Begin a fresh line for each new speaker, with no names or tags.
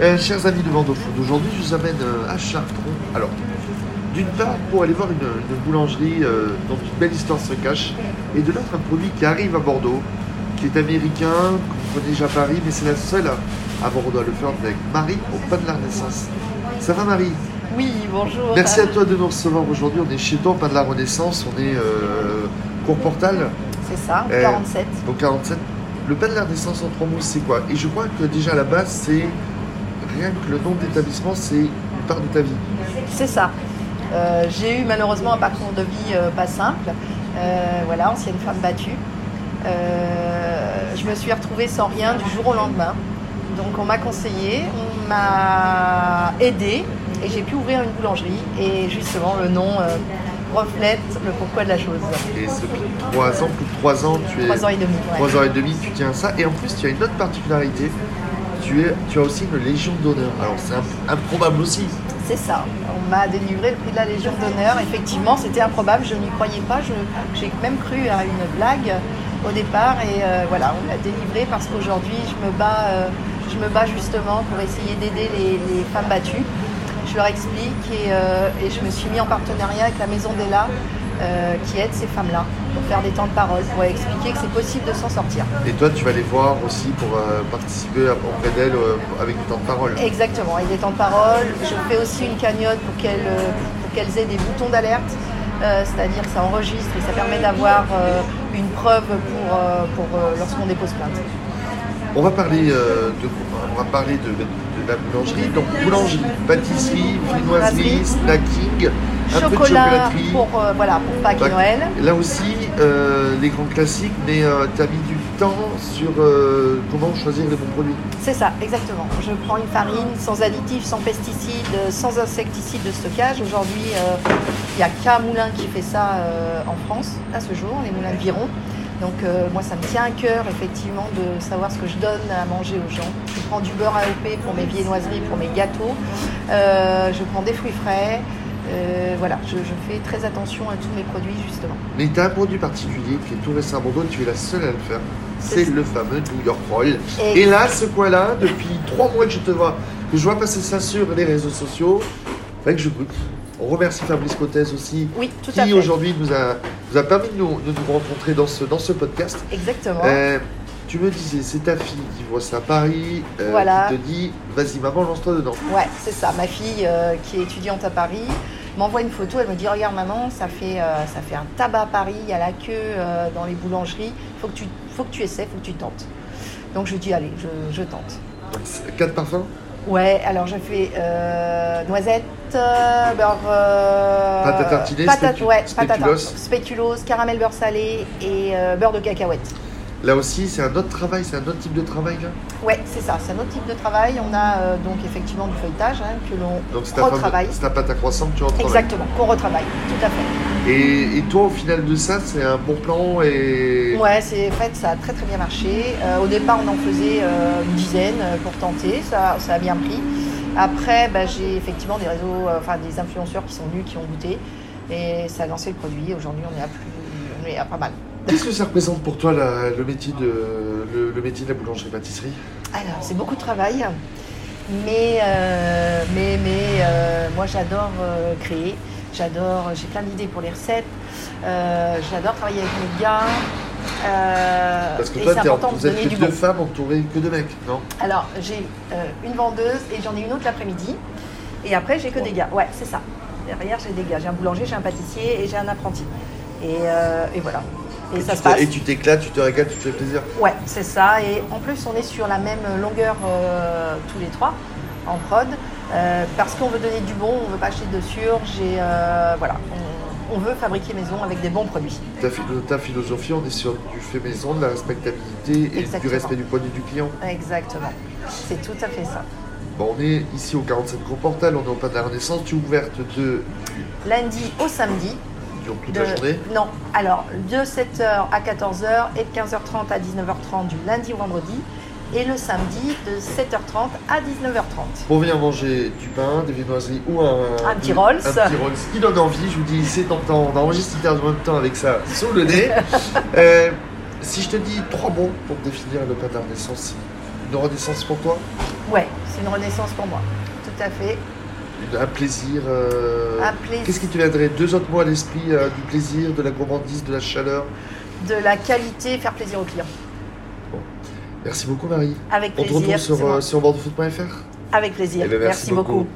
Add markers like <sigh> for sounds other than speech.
Euh, chers amis de Vendôme Food, aujourd'hui je vous amène euh, à Chartron. Alors, d'une part pour aller voir une, une boulangerie euh, dont une belle histoire se cache, et de l'autre un produit qui arrive à Bordeaux, qui est américain, qu'on connaît déjà à Paris, mais c'est la seule à, à Bordeaux à le faire avec Marie au Pain de la Renaissance. Ça va Marie
Oui, bonjour.
Merci à toi de nous recevoir aujourd'hui. On est chez toi au Pain de la Renaissance, on est euh, Cours Portal,
C'est ça,
Euh,
47.
au 47. Le Pain de la Renaissance en trois mots, c'est quoi Et je crois que déjà à la base, c'est rien que le nom d'établissement, c'est une part de ta vie.
C'est ça. Euh, j'ai eu malheureusement un parcours de vie euh, pas simple. Euh, voilà, ancienne femme battue. Euh, je me suis retrouvée sans rien du jour au lendemain. Donc on m'a conseillé, on m'a aidée et j'ai pu ouvrir une boulangerie. Et justement, le nom euh, reflète le pourquoi de la chose.
Et c'est depuis 3 ans, plus de 3 ans, tu es.
Trois ans et demi. ouais.
trois ans et demi, tu tiens ça. Et en plus, tu as une autre particularité. Tu, es, tu as aussi une Légion d'honneur. Alors, c'est imp- improbable aussi.
C'est ça. On m'a délivré le prix de la Légion d'honneur. Effectivement, c'était improbable. Je n'y croyais pas. Je- J'ai même cru à une blague au départ. Et euh, voilà, on me l'a délivré parce qu'aujourd'hui, je me bats. euh, je me bats justement pour essayer d'aider les, les femmes battues. Je leur explique et, euh, et je me suis mis en partenariat avec la Maison des Lats euh, qui aide ces femmes-là pour faire des temps de parole, pour expliquer que c'est possible de s'en sortir.
Et toi, tu vas les voir aussi pour euh, participer à- auprès d'elles euh, avec du temps de parole.
Exactement, il est en parole. Je fais aussi une cagnotte pour qu'elles euh, pour qu'elles aient des boutons d'alerte, Euh, c'est-à-dire que ça enregistre et ça permet d'avoir euh, une preuve pour, euh, pour euh, lorsqu'on dépose plainte.
On va parler, euh, de, on va parler de, de la boulangerie. Donc, boulangerie, pâtisserie, viennoiserie,
Brasserie.
snacking, un peu de
Chocolat
chocolaterie.
pour, euh, voilà, pour Pâques
Bah,
et Noël.
Là aussi, euh, les grands classiques, mais tu as mis du temps sur euh, comment choisir les bons produits.
C'est ça, exactement. Je prends une farine sans additifs, sans pesticides, euh, sans insecticides de stockage. Aujourd'hui, euh, il n'y a qu'un moulin qui fait ça euh, en France, à ce jour, les moulins de Viron. Donc euh, moi, ça me tient à cœur, effectivement, de savoir ce que je donne à manger aux gens. Je prends du beurre AOP pour mes viennoiseries, pour mes gâteaux. Euh, je prends des fruits frais. Euh, voilà, je- je fais très attention à tous mes produits, justement.
Mais tu as un produit particulier qui est tout récent à Bordeaux, tu es la seule à le faire. C'est
C'est-
le fameux New York Roll.
Et-
Et là, ce coin-là, depuis trois mois que je te vois, que je vois passer ça sur les réseaux sociaux, fait que je goûte. On remercie Fabrice Cottès aussi,
Oui, tout à
qui
fait.
aujourd'hui nous a, nous a permis de nous, de nous rencontrer dans ce, dans ce podcast.
Exactement.
Euh, tu me disais, c'est ta fille qui voit ça à Paris, euh,
Voilà.
qui te dit, vas-y maman, lance-toi dedans.
Ouais, c'est ça. Ma fille, euh, qui est étudiante à Paris, m'envoie une photo. Elle me dit Regarde, maman, ça fait, euh, ça fait un tabac à Paris. Il y a la queue euh, dans les boulangeries. Faut que tu, faut que tu essaies, faut que tu tentes. Donc je dis Allez, je, je tente.
Donc, c'est Quatre parfums
Ouais, alors je fais euh, noisette, euh, beurre. euh,
Pâte à tartiner,
patate,
spécu-
ouais, pâte à tartiner,
spéculoos.
spéculoos, caramel beurre salé et euh, beurre de cacahuète.
Là aussi, c'est un autre travail, c'est un autre type de travail. hein. Là.
Ouais, c'est ça. C'est un autre type de travail. On a euh, donc effectivement du feuilletage hein, que l'on
Donc c'est ta,
retravaille.
femme- c'est ta pâte à croissant que tu retravailles.
Exactement, qu'on retravaille, tout à fait.
Et, et toi, au final de ça, c'est un bon plan et
Ouais, c'est en fait ça a très très bien marché. Euh, au départ, on en faisait euh, une dizaine euh, pour tenter, ça, ça a bien pris. Après, bah, j'ai effectivement des réseaux, euh, enfin des influenceurs qui sont venus, qui ont goûté, et ça a lancé le produit. Aujourd'hui, on est à plus, on est à pas mal.
qu'est-ce que ça représente pour toi la- le métier de le, le métier de la boulangerie-pâtisserie
Alors, c'est beaucoup de travail, mais, euh, mais, mais euh, moi j'adore euh, créer, j'adore, j'ai plein d'idées pour les recettes, euh, j'adore travailler avec mes gars. euh,
Parce que
et
toi,
c'est
t'es-
important de
vous êtes
donner
que
du
deux
bon.
femmes entourées que de mecs, non
Alors, j'ai euh, une vendeuse et j'en ai une autre l'après-midi. Et après, j'ai que des gars. Ouais, c'est ça. Derrière, j'ai des gars. J'ai un boulanger, j'ai un pâtissier et j'ai un apprenti. Et, euh, et voilà. Et, ça
tu
se
te-
passe.
Et tu t'éclates, tu te régales, tu te fais plaisir.
Ouais, c'est ça. Et en plus, on est sur la même longueur euh, tous les trois en prod. euh, parce qu'on veut donner du bon, on veut pas acheter de surge. Et euh, voilà. On, on veut fabriquer maison avec des bons produits.
Ta, philo- ta philosophie, on est sur du fait maison, de la respectabilité et du
Exactement.
respect du point de vue du client.
Exactement. C'est tout à fait ça.
Bon, on est ici au 47 Gros Portal, on est au pas de la Renaissance, tu es ouverte de,
Lundi au samedi,
durant toute
De-
la journée.
Non, alors de 7h à 14h et de 15h30 à 19h30 du lundi au vendredi et le samedi de 7h30 à 19h30.
Pour venir manger du pain, des viennoiseries ou un,
Un petit Rolls.
Un petit Rolls qui donne envie, je vous dis, c'est tentant. On enregistre une en même temps avec ça sous
<laughs>
le nez. Euh, si je te dis trois mots pour définir le pain de la Renaissance, une renaissance pour toi
Ouais, c'est une renaissance pour moi. Tout à fait.
Une- Un plaisir. euh,
Un plaisir.
Qu'est-ce qui te viendrait Deux autres mots à l'esprit euh, du plaisir, de la gourmandise, de la chaleur.
De la qualité, faire plaisir aux clients.
Merci beaucoup, Marie.
Avec
On te retrouve
plaisir.
sur,
c'est moi.
euh, sur bordefootball.fr.
Avec
Eh
plaisir.
ben, merci
merci beaucoup.
beaucoup.